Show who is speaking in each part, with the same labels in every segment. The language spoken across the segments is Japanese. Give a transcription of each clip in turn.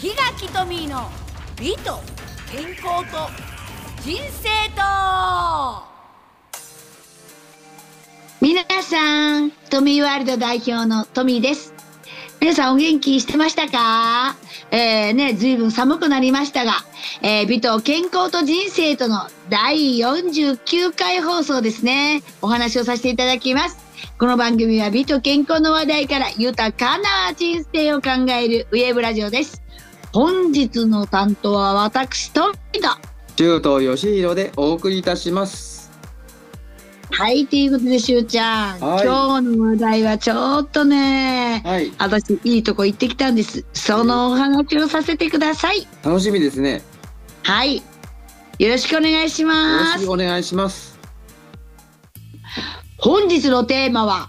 Speaker 1: 檜垣トミーの美と健康と人生と
Speaker 2: 皆さん、トミーワールド代表のトミーです。皆さんお元気してましたかえー、ね、ずいぶん寒くなりましたが、えー、美と健康と人生との第49回放送ですね。お話をさせていただきます。この番組は美と健康の話題から豊かな人生を考えるウェブラジオです。本日の担当は私、トミーだ。
Speaker 3: 中東義弘でお送りいたします。
Speaker 2: はい、ということで、しゅうちゃん、
Speaker 3: はい
Speaker 2: 今日の話題はちょっとね、
Speaker 3: はい、
Speaker 2: 私いいとこ行ってきたんですそのお話をさせてください
Speaker 3: 楽しみですね。よ
Speaker 2: はいよろしくお願いしま
Speaker 3: ろし
Speaker 2: す
Speaker 3: くお願いします。
Speaker 2: 本日のテーマは
Speaker 3: は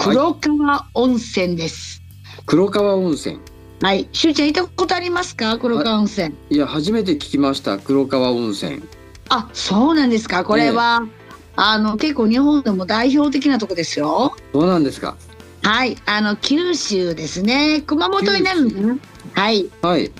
Speaker 3: い
Speaker 2: 黒川温泉です
Speaker 3: 黒川温泉。
Speaker 2: はい、しゅうちゃん行ったことありますか黒川温泉
Speaker 3: いや、初めて聞きました。黒川温泉。
Speaker 2: あそうなんですかこれは、あの結構日本でも代表的なとこですよ
Speaker 3: そうなんですか。
Speaker 2: はいあの九州ですね熊本になるんだなはい
Speaker 3: はい、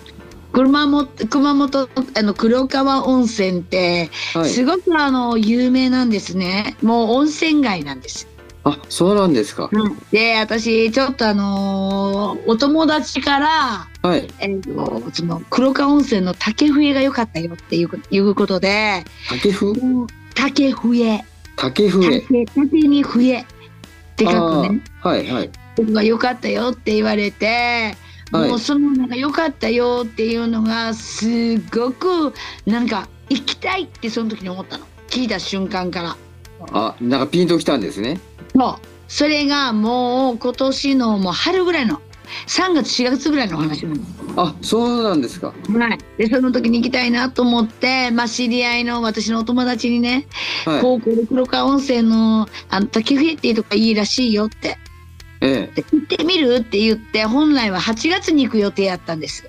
Speaker 2: 熊本熊本あの黒川温泉って
Speaker 3: はい。
Speaker 2: すごくあの有名なんですね。もう温泉街なんです。
Speaker 3: あ、そうなんですか。
Speaker 2: で、私ちょっとあのーお友達から、
Speaker 3: はい、
Speaker 2: えーとその黒川温泉の竹笛が良かったよっていうこということで、
Speaker 3: 竹風、
Speaker 2: 竹笛、
Speaker 3: 竹
Speaker 2: 竹
Speaker 3: 笛。
Speaker 2: 竹に笛って書くね。
Speaker 3: あーはい、はい、
Speaker 2: 僕が良かったよって言われて。
Speaker 3: はい
Speaker 2: もうそのなんか良かったよっていうのがすごくなんか行きたいってその時に思ったの聞いた瞬間から
Speaker 3: あ、なんかピンときたんですね。
Speaker 2: そう。それがもう今年のもう春ぐらいの3月4月ぐらいのお話なんで
Speaker 3: あ、そうなんですか。
Speaker 2: す。はい。でその時に行きたいなと思って、まあ、知り合いの私のお友達にね、
Speaker 3: はい、
Speaker 2: 高校で黒川温泉のあの滝笛っていうとこがいいらしいよって
Speaker 3: え
Speaker 2: で行ってみるって言って本来は8月に行く予定やったんです。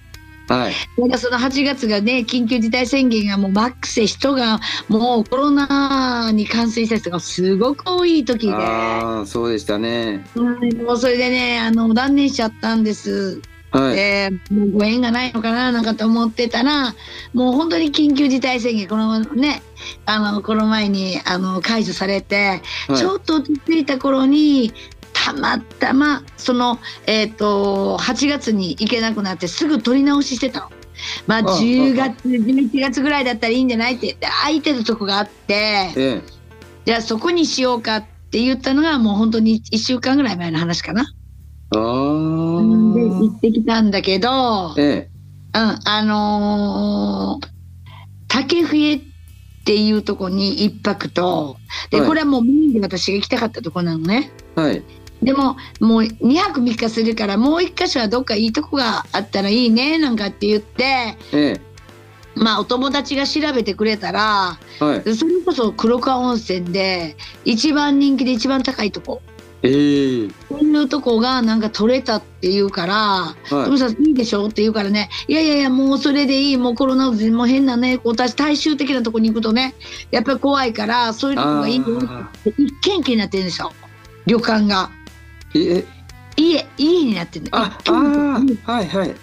Speaker 3: え、はい、
Speaker 2: ただその8月がね緊急事態宣言がもうマックスで人がもうコロナに感染した人がすごく多い時で。
Speaker 3: ああ、そうでしたね。
Speaker 2: はい、もうそれでねあの断念しちゃったんです、
Speaker 3: はい、
Speaker 2: でもうご縁がないのかななんかと思ってたらもう本当に緊急事態宣言このねあのこの前にあの解除されて、
Speaker 3: はい
Speaker 2: ち、ょっと落ち着いた頃にたまたまその、えー、と8月に行けなくなってすぐ取り直ししてたの。まあ、
Speaker 3: ああ
Speaker 2: 10月11月ぐらいだったらいいんじゃないって言って空いてるとこがあって
Speaker 3: ええ、
Speaker 2: じゃあそこにしようかって言ったのがもう本当に1週間ぐらい前の話かな。
Speaker 3: あ
Speaker 2: で行
Speaker 3: あ、
Speaker 2: ってきたんだけど、うん、
Speaker 3: ええ、
Speaker 2: あのー竹笛っていうとこに一泊とで
Speaker 3: はい
Speaker 2: これはもうメインで私が行きたかったとこなのね。
Speaker 3: はい、
Speaker 2: でももう2泊3日するからもう1箇所はどっかいいとこがあったらいいねなんかって言って
Speaker 3: え
Speaker 2: まあお友達が調べてくれたら
Speaker 3: え、はい、
Speaker 2: それこそ黒川温泉で一番人気で一番高いとこ
Speaker 3: ええ、
Speaker 2: そういうとこがなんか取れたっていうから
Speaker 3: はい
Speaker 2: ト。ムさんいいでしょって言うからね、いやいやいや、もうそれでいい、もうコロナウイルスもう変なね、こう私、大衆的なとこに行くとね、やっぱり怖いから、そういうとこがいいよ
Speaker 3: あ
Speaker 2: って、一軒一軒になってるんですよ、旅館が。
Speaker 3: ーえ
Speaker 2: 家、家になってるの。
Speaker 3: あ
Speaker 2: 一
Speaker 3: あ
Speaker 2: 軒一
Speaker 3: ーはいはいうん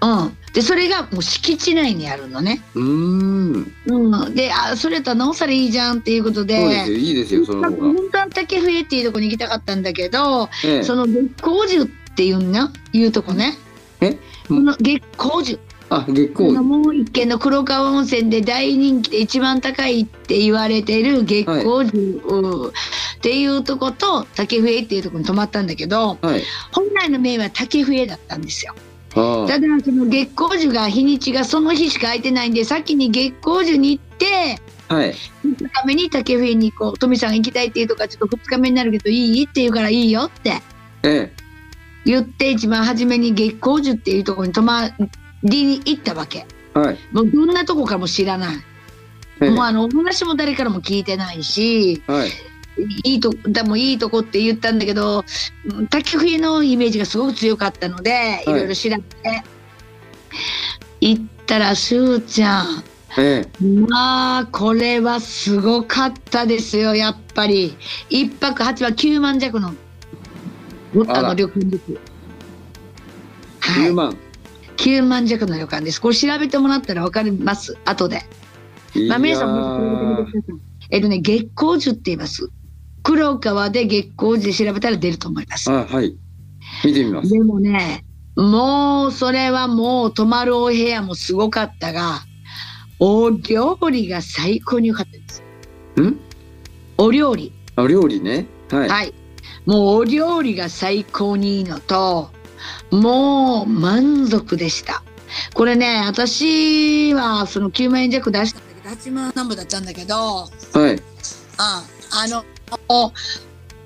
Speaker 2: 軒うん。で、それがもう敷地内にあるのね。
Speaker 3: ーん
Speaker 2: うん。で、あ、それやったら直されいいじゃんっていうこと
Speaker 3: そうですよ
Speaker 2: で。
Speaker 3: いいですよその方が
Speaker 2: 本当は竹笛っていうとこに行きたかったんだけど、
Speaker 3: ええ
Speaker 2: その月光樹っていうな、いうとこね。
Speaker 3: え
Speaker 2: その月光樹。
Speaker 3: あ月
Speaker 2: こ
Speaker 3: 光
Speaker 2: のもう一軒の黒川温泉で大人気で一番高いって言われてる月光寺っていうとこと竹笛っていうとこに泊まったんだけど
Speaker 3: はい
Speaker 2: 本来の名は竹笛だったんですよ
Speaker 3: あー
Speaker 2: ただその月光寺が日にちがその日しか空いてないんで先に月光寺に行って
Speaker 3: はい
Speaker 2: 2日目に竹笛に行こうトミさん行きたいっていうとかちょっと2日目になるけどいいって言うからいいよって
Speaker 3: ええ
Speaker 2: 言って一番初めに月光寺っていうとこに泊まりに行ったわけ
Speaker 3: はい
Speaker 2: もうどんなとこかも知らない
Speaker 3: ええ
Speaker 2: もうあのお話も誰からも聞いてないし
Speaker 3: はい
Speaker 2: いいとでもいいとこって言ったんだけどうん竹冬のイメージがすごく強かったので、い、ろいろ調べて行ったらしゅうちゃん
Speaker 3: え
Speaker 2: まあこれはすごかったですよやっぱり1泊8は9万弱のあ
Speaker 3: あ
Speaker 2: の
Speaker 3: ら
Speaker 2: 旅行です。は
Speaker 3: え十
Speaker 2: い、
Speaker 3: 万
Speaker 2: 9万弱の旅館です。これ調べてもらったらわかります。後で。まあ、皆さんも調べてみてください。えっとね、月光樹って言います。黒川で月光樹で調べたら出ると思います。
Speaker 3: あ、はい。見てみます。
Speaker 2: でもね、もうそれはもう泊まるお部屋もすごかったが、お料理が最高に良かったです。
Speaker 3: ん
Speaker 2: お料理。
Speaker 3: あ、料理ね。はい。
Speaker 2: はい。もうお料理が最高にいいのと、もう満足でした。これね、私はその9万円弱出したんだけど、8万何本だったんだけど、
Speaker 3: はい。
Speaker 2: ああの、もう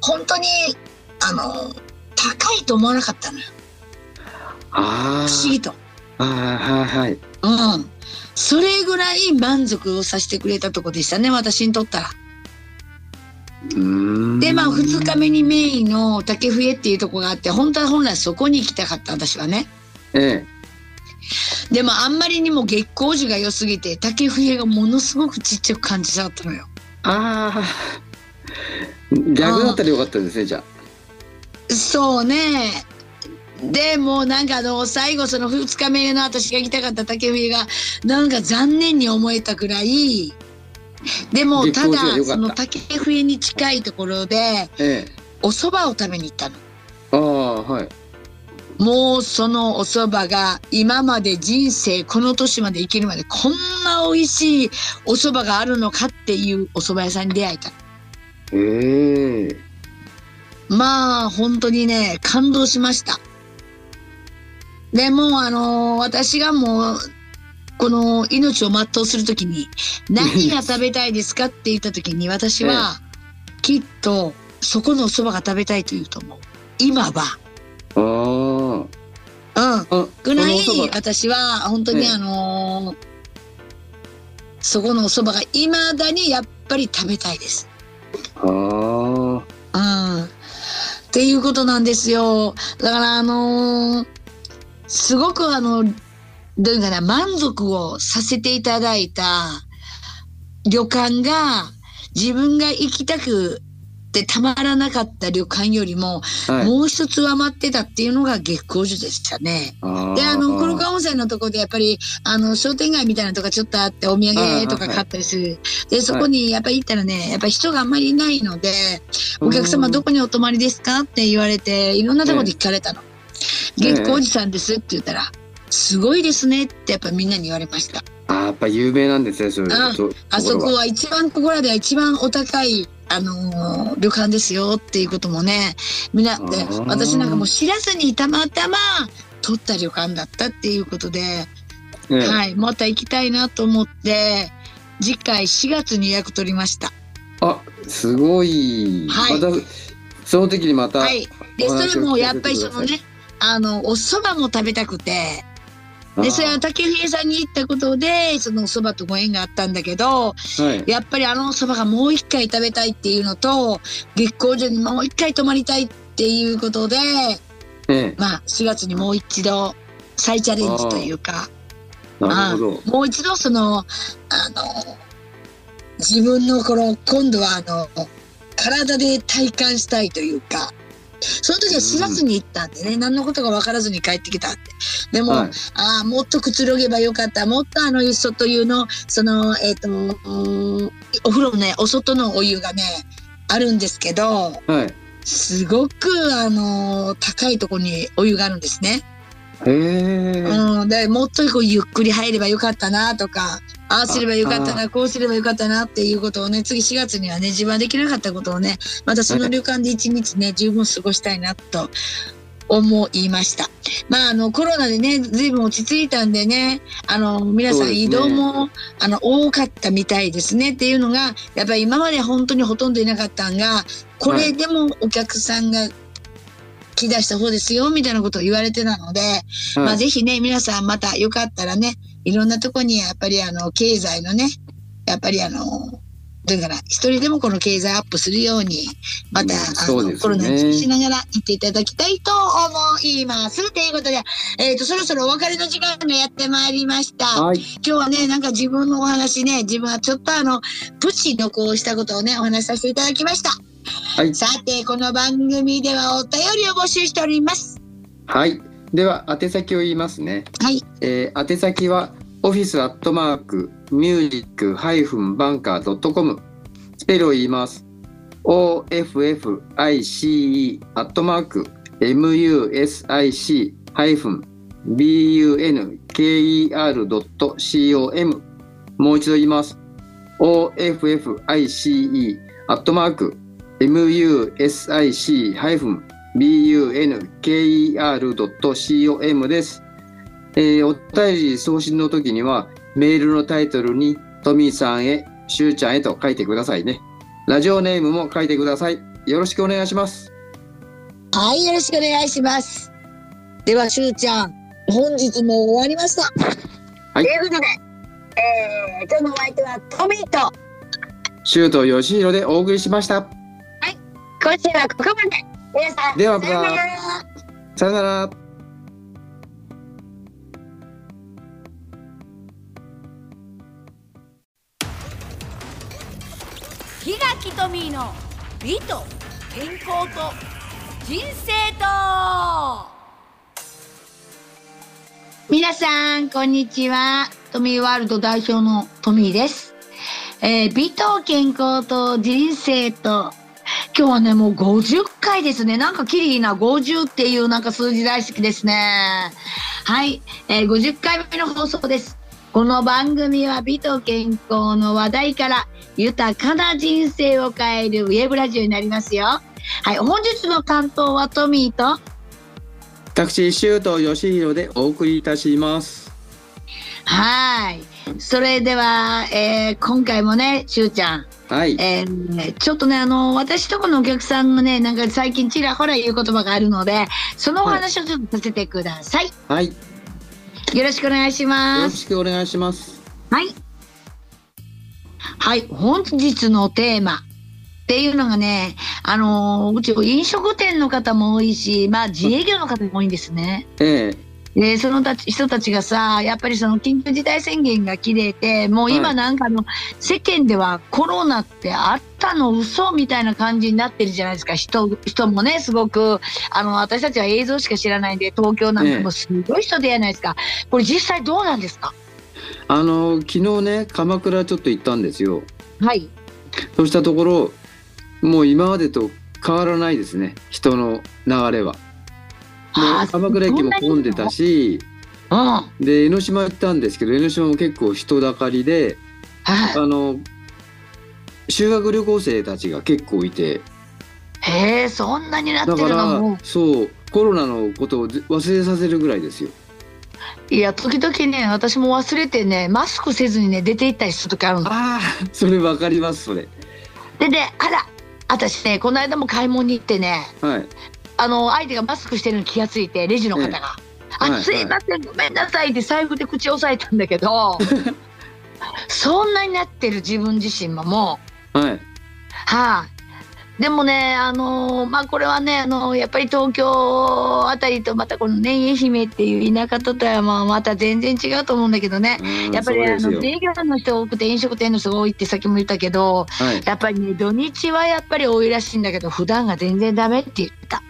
Speaker 2: 本当に、あの、高いと思わなかったのよ。
Speaker 3: あ
Speaker 2: 不思
Speaker 3: ー
Speaker 2: 議と。
Speaker 3: あー、はい、はい。
Speaker 2: うん。それぐらい満足をさせてくれたとこでしたね、私にとったら。
Speaker 3: うーん
Speaker 2: で、まあ、2日目にメインの竹笛っていうとこがあって、本当は本来そこに行きたかった、私はね。
Speaker 3: え
Speaker 2: でもあんまりにも月光樹が良すぎて竹笛がものすごくちっちゃく感じちゃったのよ。
Speaker 3: え。ああ。逆だったらよかったですね、じゃ
Speaker 2: そうねでもうなんかあの最後その2日目の私が行きたかった竹笛がなんか残念に思えたくらいでも
Speaker 3: 月
Speaker 2: た
Speaker 3: 光
Speaker 2: だ
Speaker 3: 樹が良かった
Speaker 2: その竹笛に近いところで
Speaker 3: あ。ええ。
Speaker 2: お蕎麦を食べに行ったの。
Speaker 3: ああ、はい。
Speaker 2: もうそのお蕎麦が今まで人生この年まで生きるまでこんな美味しいお蕎麦があるのかっていうお蕎麦屋さんに出会えた。
Speaker 3: ええ。
Speaker 2: まあ、本当にね、感動しました。でもう、あのー私がもう、この命を全うするときに、何が食べたいですかって言ったときに、私は、きっと、そこのお蕎麦が食べたいと言うと思う。今は。
Speaker 3: ああ。
Speaker 2: うん。
Speaker 3: あ、
Speaker 2: ぐらい
Speaker 3: そのお蕎、麦
Speaker 2: 私は、本当
Speaker 3: え
Speaker 2: に
Speaker 3: え
Speaker 2: あのーそこのお蕎麦が未だにやっぱり食べたいです。
Speaker 3: あ
Speaker 2: うんっていうことなんですよ。だからあのーすごくあのどういうかな満足をさせていただいた旅館が自分が行きたくてたまらなかった旅館よりも、
Speaker 3: あ。はい。
Speaker 2: もう一つ上回ってたっていうのが月光樹でしたね。
Speaker 3: あ
Speaker 2: であの黒
Speaker 3: か
Speaker 2: 川温泉のとこでやっぱりあの商店街みたいなとこちょっとあってお土産とか買ったりするでそこにやっぱり行ったらねやっぱり人があんまりいないのでお客様どこにお泊まりですかって言われていろんなとこで聞かれたの「
Speaker 3: ええ
Speaker 2: 月光寺さんです」って言ったら「すごいですね」ってやっぱみんなに言われました
Speaker 3: あーやっぱ有名なんですね、そういうと
Speaker 2: あそこ
Speaker 3: とろは
Speaker 2: は一番ここらでは一番お高いあのー旅館ですよっていうこともねみんなで
Speaker 3: あー
Speaker 2: 私なんかもう知らずにたまたま取った旅館だったっていうことで
Speaker 3: ええ
Speaker 2: はい、また行きたいなと思って次回4月に予約取りました。
Speaker 3: あ、すごい。
Speaker 2: はい
Speaker 3: また、その時にまた。
Speaker 2: はい、で
Speaker 3: お話を
Speaker 2: それも
Speaker 3: 聞か
Speaker 2: や
Speaker 3: せ
Speaker 2: ってぱりその
Speaker 3: くださ
Speaker 2: ねあのお蕎麦も食べたくて
Speaker 3: あ
Speaker 2: で
Speaker 3: ー
Speaker 2: それは竹平さんに行ったことでそのお蕎麦とご縁があったんだけど
Speaker 3: はい。
Speaker 2: やっぱりあのお蕎麦がもう一回食べたいっていうのと月光所にもう一回泊まりたいっていうことで
Speaker 3: え
Speaker 2: まあ4月にもう一度再チャレンジというか。
Speaker 3: え。なるほど。
Speaker 2: もう一度そのあの自分のこの今度はあの体で体感したいというかその時は知らずに行ったんでね、何のことか分からずに帰ってきたんででも、
Speaker 3: はい。
Speaker 2: ああもっとくつろげばよかったもっとあのいっそというのそのえっ、とうんお風呂ねお外のお湯がねあるんですけど
Speaker 3: はい。
Speaker 2: すごくあの高いところにお湯があるんですね。
Speaker 3: へえ。
Speaker 2: うん、でもっとこうゆっくり入ればよかったなとかああすればよかった
Speaker 3: あ
Speaker 2: なこうすればよかったなっていうことをね次4月にはね自分はできなかったことをねまたその旅館で一日ね十分過ごしたいなと思いましたまああのコロナでね随分落ち着いたんでねあの皆
Speaker 3: そ
Speaker 2: さ
Speaker 3: うで
Speaker 2: ん
Speaker 3: すね
Speaker 2: 移動も、あの多かったみたいですねっていうのがやっぱり今まで本当にほとんどいなかったんがこ
Speaker 3: は
Speaker 2: れ
Speaker 3: い
Speaker 2: でもお客さんが来だした方ですよみたいなことを言われてたので、ま
Speaker 3: は
Speaker 2: あ、
Speaker 3: い。
Speaker 2: ぜひね、皆さんまたよかったらね、いろんなとこにやっぱりあの、経済のね、やっぱりあの、だから一人でもこの経済アップするように、また、
Speaker 3: うん
Speaker 2: あ
Speaker 3: そう
Speaker 2: の、
Speaker 3: ですね
Speaker 2: コロナに注意しながら行っていただきたいと思います。ということで、えっ、と、そろそろお別れの時間がやってまいりました。
Speaker 3: はい。
Speaker 2: 今日はね、なんか自分のお話ね、自分はちょっとあの、プチのこうしたことをね、お話しさせていただきました。
Speaker 3: はい。
Speaker 2: さて、この番組ではお便りを募集しております。
Speaker 3: はい。では宛先を言いますね。
Speaker 2: はい。
Speaker 3: えー、宛先はオフィスアットマークミュージックハイフンバンカードットコムスペルを言います。O F F I C E アットマーク M U S I C ハイフン B U N K E R ドット C O M もう一度言います。O F F I C E アットマーク M U S I C ハイフン B U N K E R ドット C O M です。えーお便り送信の時にはメールのタイトルにトミーさんへ、しゅうちゃんへと書いてくださいね。ラジオネームも書いてください。よろしくお願いします。
Speaker 4: はい、よろしくお願いします。では、しゅうちゃん、本日も終わりました。
Speaker 3: はい
Speaker 4: ということで、えー、今日のお相手はトミーと、
Speaker 3: シュートよしひろでお送りしました。
Speaker 4: 今週はここまで。皆さん、
Speaker 3: では
Speaker 4: さようなら。
Speaker 3: さよなら。
Speaker 1: 日垣トミーの美と健康と人生と
Speaker 2: 皆さん、こんにちは。トミーワールド代表のトミーです。えー美と健康と人生と、今日はね、もう50回ですね。なんかキリいな、50っていうなんか数字大好きですね。はい、えー50回目の放送です。この番組は美と健康の話題から豊かな人生を変えるウェブラジオになりますよ。はい、本日の担当はトミーと、
Speaker 3: 私、シュートよしひろでお送りいたします。
Speaker 2: はい。それでは、えー今回もね、しゅうちゃん、
Speaker 3: はい。
Speaker 2: えーちょっとね、あの、私とこのお客さんがね、なんか最近ちらほら言う言葉があるので、そのお話をちょっとさせてください。
Speaker 3: はい。よ
Speaker 2: よろしくお願いしま
Speaker 3: ろ
Speaker 2: す。
Speaker 3: しくお願いします。
Speaker 2: はい。はい、本日のテーマ。っていうのがね、あのーうち飲食店の方も多いし、まあ自営業の方も多いんですね。
Speaker 3: ええ
Speaker 2: でそのたち人たちがさやっぱりその緊急事態宣言が切れてもう
Speaker 3: は
Speaker 2: 今
Speaker 3: い
Speaker 2: なんかあの、世間ではコロナってあったの嘘みたいな感じになってるじゃないですか人人もねすごくあの私たちは映像しか知らないんで東京なんかもすごい人出会いないですか、これ実際どうなんですか
Speaker 3: あの、昨日ね、鎌倉ちょっと行ったんですよ。
Speaker 2: はい
Speaker 3: そうしたところ、もう今までと変わらないですね。人の流れは。
Speaker 2: あ
Speaker 3: もう
Speaker 2: ー
Speaker 3: 鎌倉駅も混んでたし、
Speaker 2: うんは
Speaker 3: で江ノ島行ったんですけど江ノ島も結構人だかりであの修学旅行生たちが結構いて
Speaker 2: いへえそんなになっ
Speaker 3: だ
Speaker 2: て
Speaker 3: か
Speaker 2: るのも
Speaker 3: らそうコロナのことをず忘れさせるぐらいですよ。
Speaker 2: いや時々ね私も忘れてねマスクせずにね出て行ったりする時あるの
Speaker 3: ああ それわかりますそれ。
Speaker 2: でであら私ねこの間も買い物に行ってね
Speaker 3: はい
Speaker 2: あの相手がマスクしてるのに気がついてレジの方が「
Speaker 3: ええ
Speaker 2: あ
Speaker 3: はい
Speaker 2: すいませんごめんなさい」って財布で口を押さえたんだけ どそんなになってる自分自身ももう
Speaker 3: はい
Speaker 2: はい、でもねあのまあこれはねあのやっぱり東京あたりとまたこのね愛媛っていう田舎とてはまあまた全然違うと思うんだけどね
Speaker 3: うん
Speaker 2: やっぱり
Speaker 3: そ
Speaker 2: あ
Speaker 3: うです
Speaker 2: の
Speaker 3: よ
Speaker 2: 自営業の人多くて飲食店の人が多いってさっきも言ったけど
Speaker 3: はい
Speaker 2: やっぱりね土日はやっぱり多いらしいんだけど普段が全然ダメって言った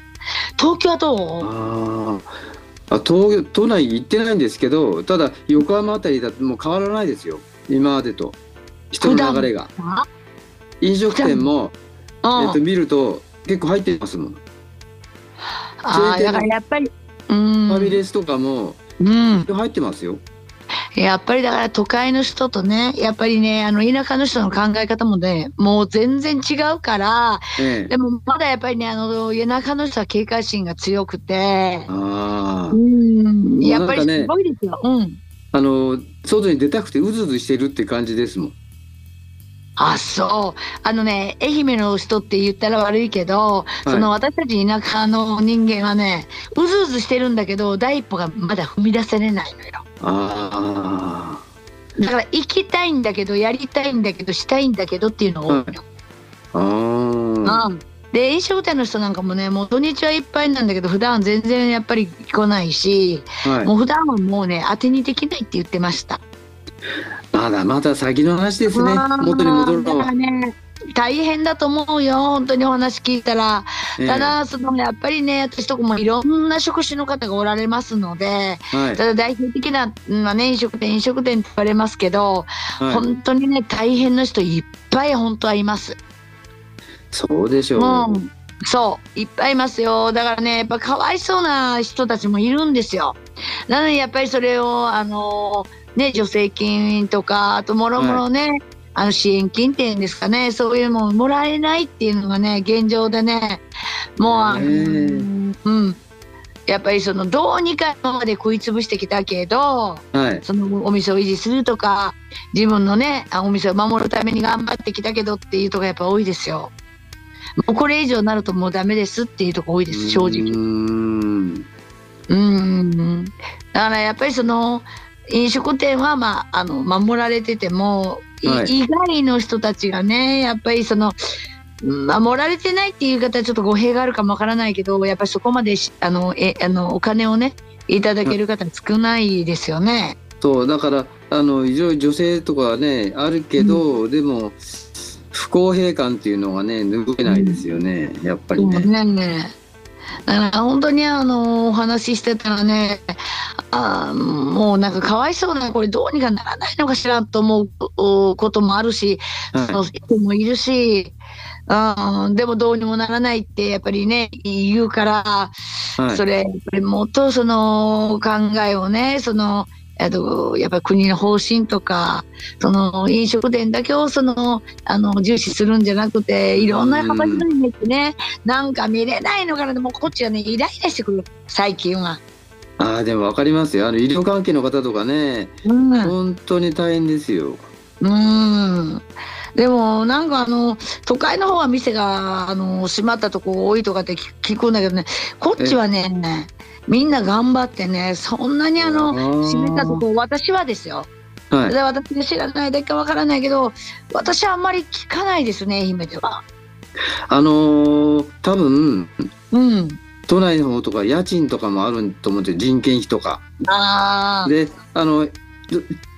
Speaker 2: 東京はどう
Speaker 3: あーあ東都内行ってないんですけどただ横浜あたりだともう変わらないですよ今までと人の流れが
Speaker 2: あ
Speaker 3: 飲食店も、
Speaker 2: うん
Speaker 3: えっと、見ると結構入ってますもん。
Speaker 2: あーだからやっぱりうん
Speaker 3: ファミレスとかも
Speaker 2: うん
Speaker 3: 人入ってますよ。
Speaker 2: やっぱりだから都会の人とねやっぱりねあの田舎の人の考え方もねもう全然違うから
Speaker 3: ええ
Speaker 2: でもまだやっぱりねあの田舎の人は警戒心が強くて
Speaker 3: あ
Speaker 2: うんやっぱり
Speaker 3: もうなんかね
Speaker 2: すごいですよ、うん
Speaker 3: あ、あの外に出たくてうずうずしてるって感じですもん。
Speaker 2: あそうあのね愛媛の人って言ったら悪いけど、
Speaker 3: い
Speaker 2: その私たち田舎の人間はねうずうずしてるんだけど第一歩がまだ踏み出せれないのよ
Speaker 3: あ
Speaker 2: だから行きたいんだけどやりたいんだけどしたいんだけどっていうのを、
Speaker 3: はいあ、ああ、
Speaker 2: うんで飲食店の人なんかもねもう土日はいっぱいなんだけど普段全然やっぱり来ないし、
Speaker 3: は
Speaker 2: も
Speaker 3: い。
Speaker 2: う普段はもうね当てにできないって言ってました。
Speaker 3: まだまだ先の話ですね
Speaker 2: うわ。ー
Speaker 3: 元に戻るの
Speaker 2: だか
Speaker 3: は
Speaker 2: ら。ね大変だと思うよ本当にお話聞いたら、
Speaker 3: ええ
Speaker 2: ただそのやっぱりね私とこもいろんな職種の方がおられますので
Speaker 3: はい
Speaker 2: ただ代表的なのはね飲食店飲食店って言われますけど、
Speaker 3: はい、
Speaker 2: 本当にね大変な人いっぱい本当はいます。
Speaker 3: そうでしょう、
Speaker 2: うんそういっぱいいますよだからねやっぱかわいそうな人たちもいるんですよなのでやっぱりそれをあのね助成金とかあともろもろね、あの支援金っていうんですかねそういうもんもらえないっていうのがね現状でねもうあの
Speaker 3: へー
Speaker 2: うんやっぱりそのどうにか今まで食いつぶしてきたけど
Speaker 3: はい
Speaker 2: そのお店を維持するとか自分のねあお店を守るために頑張ってきたけどっていうとこやっぱ多いですよ。もうこれ以上なるともうダメですっていうとこ多いです正直。
Speaker 3: うーん
Speaker 2: うんだからやっぱりその飲食店は、まあ、あの守られてても、い
Speaker 3: はい
Speaker 2: 以外の人たちがねやっぱりそのうん守られてないっていう言い方はちょっと語弊があるかもわからないけどやっぱりそこまでしあのえあのお金をねいただける方少ないですよね。
Speaker 3: そうだからあの非常に女性とかはねあるけど、でも不公平感っていうのがね拭えないですよね、やっぱりね。
Speaker 2: ねねだから本当にあのお話ししてたらねあーもうなんかかわいそうだなこれどうにかならないのかしらと思うおこともあるし、その
Speaker 3: は
Speaker 2: 人もいるし、うん、でもどうにもならないってやっぱりね言うから、
Speaker 3: い、はい
Speaker 2: それやっぱりもっとその考えをねそのあとやっぱり国の方針とかその飲食店だけをそのあの重視するんじゃなくていろんな幅広い目でね、なんか見れないのかなでもこっちはねイライラしてくる最近は。
Speaker 3: ああでも分かりますよあの医療関係の方とかね、
Speaker 2: うん
Speaker 3: 本当に大変ですよ。
Speaker 2: うーんでもなんかあの都会の方は店があの閉まったとこ多いとかって聞聞くんだけどねこっちはねみんな頑張ってねそんなにあの閉めたとこ私はですよ
Speaker 3: はい
Speaker 2: で私が知らないだけかわからないけど私はあんまり聞かないですね愛媛では。
Speaker 3: あのー多分
Speaker 2: うん、
Speaker 3: 都内の方とか家賃とかもあると思うんですよ人件費とか。
Speaker 2: あー
Speaker 3: であのど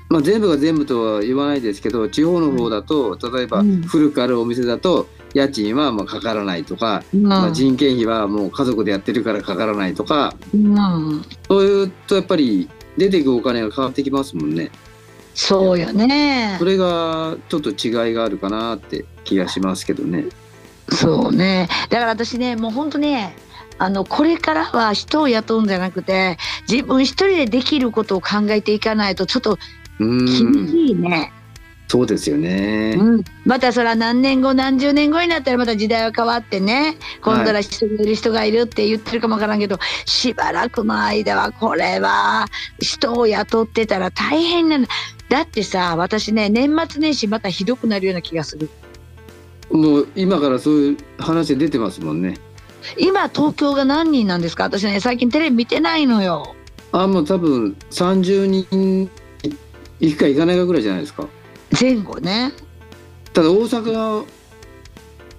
Speaker 3: まあ、全部が全部とは言わないですけど地方の方だと例えば
Speaker 2: うん
Speaker 3: 古くあるお店だと家賃はまあかからないとか、
Speaker 2: うん
Speaker 3: まあ、人件費はもう家族でやってるからかからないとか
Speaker 2: うん、
Speaker 3: そういうとやっぱり出ていくお金が変わってきますもんね
Speaker 2: そうよね
Speaker 3: そ。れがちょっと違いがあるかなって気がしますけどね。
Speaker 2: そうね。だから私ね、もう本当ね、あのこれからは人を雇うんじゃなくて、自分一人でできることを考えていかないとちょっと
Speaker 3: う
Speaker 2: 厳
Speaker 3: ん
Speaker 2: しいね。
Speaker 3: そうですよね。
Speaker 2: うんまたそれは何年後何十年後になったらまた時代は変わってね、今度は人がいる人がいるって言ってるかもわからんけど、しばらくの間はこれは人を雇ってたら大変なの。だってさ、私ね、年末年始またひどくなるような気がする。
Speaker 3: もう今からそういう話出てますもんね。
Speaker 2: 今東京が何人なんですか私ね、最近テレビ見てないのよ。
Speaker 3: あもう多分30人行くか行かないかぐらいじゃないですか。
Speaker 2: 前後ね
Speaker 3: ただ大阪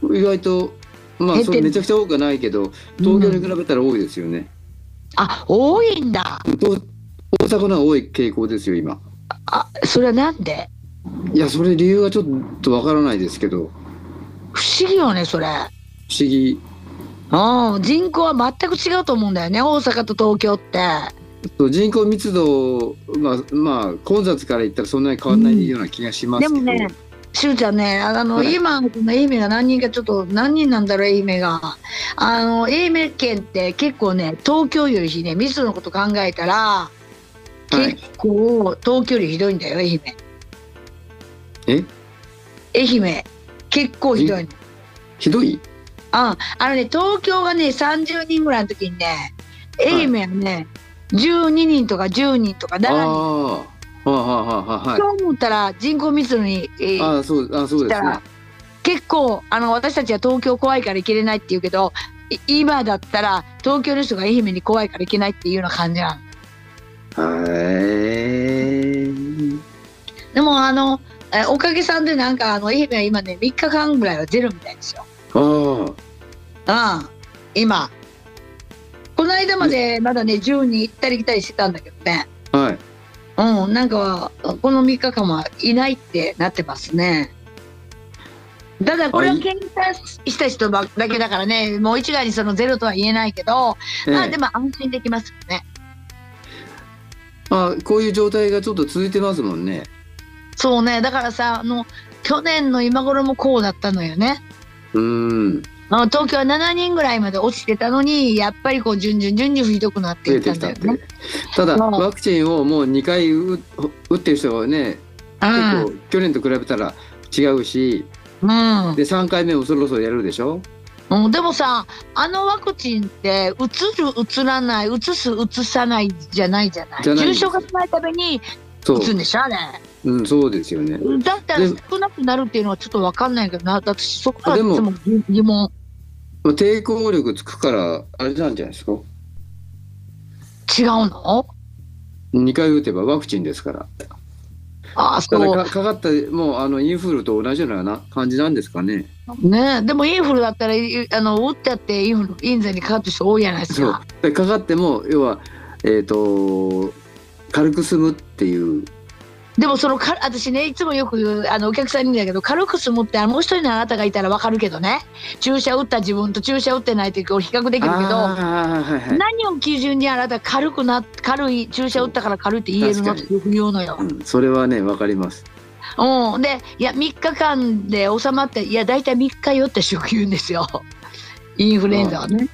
Speaker 3: が意外とま
Speaker 2: 減
Speaker 3: あ
Speaker 2: ってる
Speaker 3: それめちゃくちゃ多くはないけど東京に比べたら多いですよね。
Speaker 2: あ多いんだ
Speaker 3: と大阪の方が多い傾向ですよ今。
Speaker 2: あそれはなんで
Speaker 3: いやそれ理由はちょっとわからないですけど
Speaker 2: 不思議よねそれ
Speaker 3: 不思議
Speaker 2: うん人口は全く違うと思うんだよね大阪と東京って
Speaker 3: そう人口密度まあまあ混雑から言ったらそんなに変わらないような気がします
Speaker 2: で
Speaker 3: けど、
Speaker 2: もねしゅうちゃんねあの、
Speaker 3: はい
Speaker 2: 今この愛媛が何人かちょっと何人なんだろう愛媛があの愛媛県って結構ね東京よりひね密度のこと考えたら
Speaker 3: はい
Speaker 2: 結構東京よりひどいんだよ愛媛
Speaker 3: え
Speaker 2: 愛媛結構ひどいの
Speaker 3: ひどい
Speaker 2: ああのね東京がね30人ぐらいの時にね愛媛はね、12人とか10人とか
Speaker 3: あ
Speaker 2: 7人
Speaker 3: あはあはあはあはい
Speaker 2: そう思ったら人口密度に、えー
Speaker 3: ああそうあそう
Speaker 2: 来
Speaker 3: で
Speaker 2: た
Speaker 3: すね
Speaker 2: ら結構あの私たちは東京怖いから行けれないって言うけどい今だったら東京の人が愛媛に怖いから行けないっていうような感じなの。
Speaker 3: へー
Speaker 2: でもあのえおかげさんでなんかあの愛媛は今ね3日間ぐらいはゼロみたいですよ。
Speaker 3: ああ
Speaker 2: うん今。この間までまだね10人行ったり来たりしてたんだけどね。
Speaker 3: はい。
Speaker 2: うん、なんかこの3日間はいないってなってますね。ただこれは
Speaker 3: はい
Speaker 2: 検査した人ばだけだからね、もう一概にそのゼロとは言えないけど、まあ
Speaker 3: ええ
Speaker 2: でも安心できますよね。
Speaker 3: まあ、こういう状態がちょっと続いてますもんね。
Speaker 2: そうね、だからさ、あの、去年の今頃もこうだったのよね。
Speaker 3: うーん、
Speaker 2: あの東京は7人ぐらいまで落ちてたのに、やっぱりこう、順々順々ひどくなって
Speaker 3: 増
Speaker 2: い
Speaker 3: え
Speaker 2: ったん
Speaker 3: てき
Speaker 2: だ
Speaker 3: たっ
Speaker 2: よ
Speaker 3: て
Speaker 2: ね。。
Speaker 3: ただ、
Speaker 2: そう
Speaker 3: ワクチンをもう2回打打ってる人はね、結構去年と比べたら違うし、
Speaker 2: うん、
Speaker 3: で3回目もそろそろやるでしょ。
Speaker 2: うん、うん、でもさ、あのワクチンって、うつる、うつらない、うつす、うつさないじゃないじゃない。
Speaker 3: じゃないん
Speaker 2: 重
Speaker 3: です
Speaker 2: 症化しないために、
Speaker 3: そう
Speaker 2: 打、つんでしょ、あれ。
Speaker 3: うん、そうですよね。
Speaker 2: だったら
Speaker 3: で
Speaker 2: 少なくなるっていうのはちょっとわかんないけどな、私そこからい
Speaker 3: でも
Speaker 2: つも疑疑問。
Speaker 3: まあ抵抗力つくからあれなんじゃないですか。
Speaker 2: 違うの
Speaker 3: 2回打てばワクチンですから。
Speaker 2: ああ、
Speaker 3: ただ
Speaker 2: そ
Speaker 3: かかかったもうあのインフルと同じような感じなんですかね。
Speaker 2: う。ねでもインフルだったら、いあの、打ってあってインフル、インザにかかってる人多いじゃないです
Speaker 3: そう
Speaker 2: か。
Speaker 3: でかかっても要は、えー、と軽く済むっていう
Speaker 2: でもそのか、私ね、いつもよく言う、あの、お客さんにだけど、軽く済むって、あのもう一人のあなたがいたらわかるけどね、注射打った自分と注射打ってないってこう比較できるけど、
Speaker 3: あーはいはい
Speaker 2: 何を基準にあなた軽くな、軽い、注射打ったから軽いって言えるのっ
Speaker 3: 確
Speaker 2: てよく言うのよ。
Speaker 3: うん、それはねわかります
Speaker 2: うん、でいや3日間で収まっていや大体3日よって職言うんですよインフルエンザはね、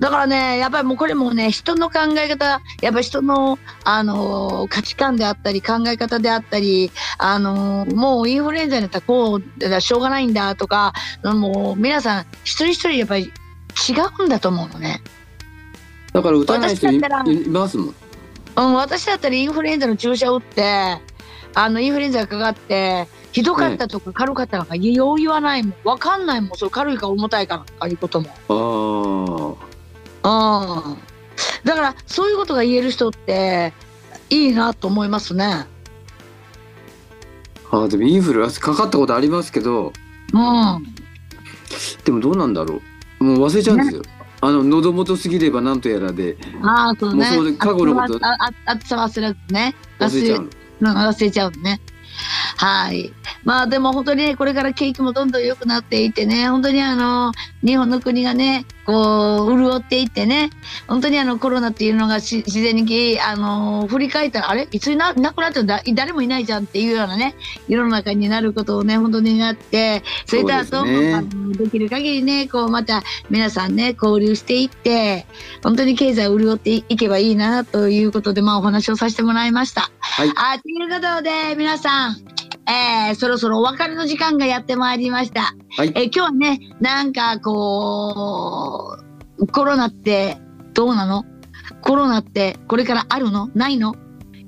Speaker 2: だからねやっぱりもうこれもね人の考え方やっぱり人の、あのー価値観であったり考え方であったり、あのーもうインフルエンザになったらこうだからしょうがないんだとかもう皆さん一人一人やっぱり違うんだと思うのね、
Speaker 3: だから打たない人
Speaker 2: 私
Speaker 3: い
Speaker 2: だったら
Speaker 3: いいますもん
Speaker 2: うん、私だったらインフルエンザの注射打ってあのインフルエンザがかかってひどかったとか軽かったとか、よう言わないもん分かんないもんそれ軽いか重たいかなんかいうことも
Speaker 3: あ
Speaker 2: うんだからそういうことが言える人っていいなと思いますね
Speaker 3: ーあーでもインフルはかかったことありますけど
Speaker 2: うん
Speaker 3: でもどうなんだろうもう忘れちゃうんですよ、あの喉元過ぎればなんとやらで
Speaker 2: ああそうね
Speaker 3: もうそれで過去のこと
Speaker 2: あああ暑さ忘れずね
Speaker 3: 忘れちゃうの
Speaker 2: うん忘れちゃうのね。はい。まあでも本当にね、これから景気もどんどん良くなっていってね、本当にあの、日本の国がね、こう、潤っていってね、本当にあの、コロナっていうのがし自然に、あの、振り返ったら、あれいつにななくなってんだ誰もいないじゃんっていうようなね、世の中になることをね、本当になって、それとあ
Speaker 3: そ
Speaker 2: と、
Speaker 3: うですね
Speaker 2: あのできる限りね、こう、また皆さんね、交流していって、本当に経済を潤っていけばいいなということで、まあお話をさせてもらいました。
Speaker 3: はい
Speaker 2: あということで皆さん、えーそろそろお別れの時間がやってまいりました。
Speaker 3: はい
Speaker 2: えー今日はねなんかこうコロナってどうなのコロナってこれからあるのないの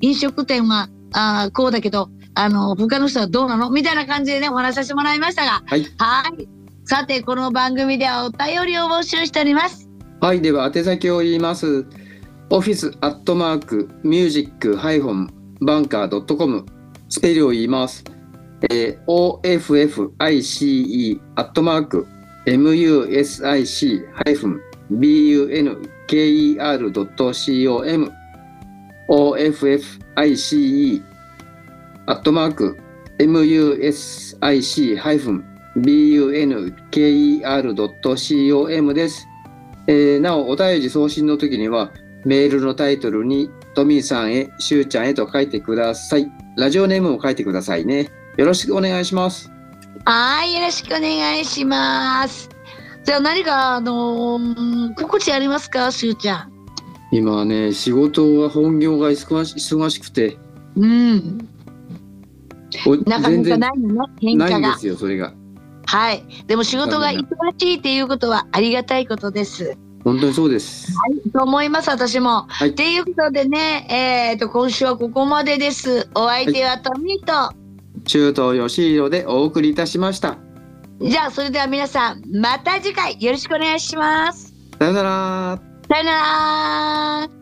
Speaker 2: 飲食店はあーこうだけどあの他の人はどうなのみたいな感じでねお話しさせてもらいましたが
Speaker 3: はい
Speaker 2: はいさてこの番組ではお便りを募集しております。
Speaker 3: はい、では宛先を言います。オフィスアットマークミュージックハイフォンバンカードットコムスペルを言います。えー、OFFICE アットマーク MUSIC ハイフン BUNKER ドット COM OFFICE アットマーク MUSIC ハイフン BUNKER ドット COM です。えーなお、お便り送信の時には、メールのタイトルに、トミーさんへ、しゅうちゃんへと書いてください。ラジオネームも書いてくださいね。よろしくお願いします。
Speaker 2: はい、よろしくお願いします。じゃあ何か、あのー告知ありますか、しゅうちゃん。
Speaker 3: 今はね、仕事は本業が忙し忙しくて、
Speaker 2: うん。
Speaker 3: お
Speaker 2: なかなか
Speaker 3: 全然
Speaker 2: ないのね、変
Speaker 3: ない
Speaker 2: 化
Speaker 3: んで
Speaker 2: が。
Speaker 3: すよ、それが。
Speaker 2: はい。でも仕事が忙しいっていうことはありがたいことです。
Speaker 3: 本当にそうです。
Speaker 2: と思います、私も。
Speaker 3: はい
Speaker 2: っていうことでね、えっ、と、今週はここまでです。お相手はトミーと。
Speaker 3: 中東義弘でお送りいたしました。
Speaker 2: じゃあ、それでは皆さん、また次回よろしくお願いします。
Speaker 3: さよなら。
Speaker 2: さよなら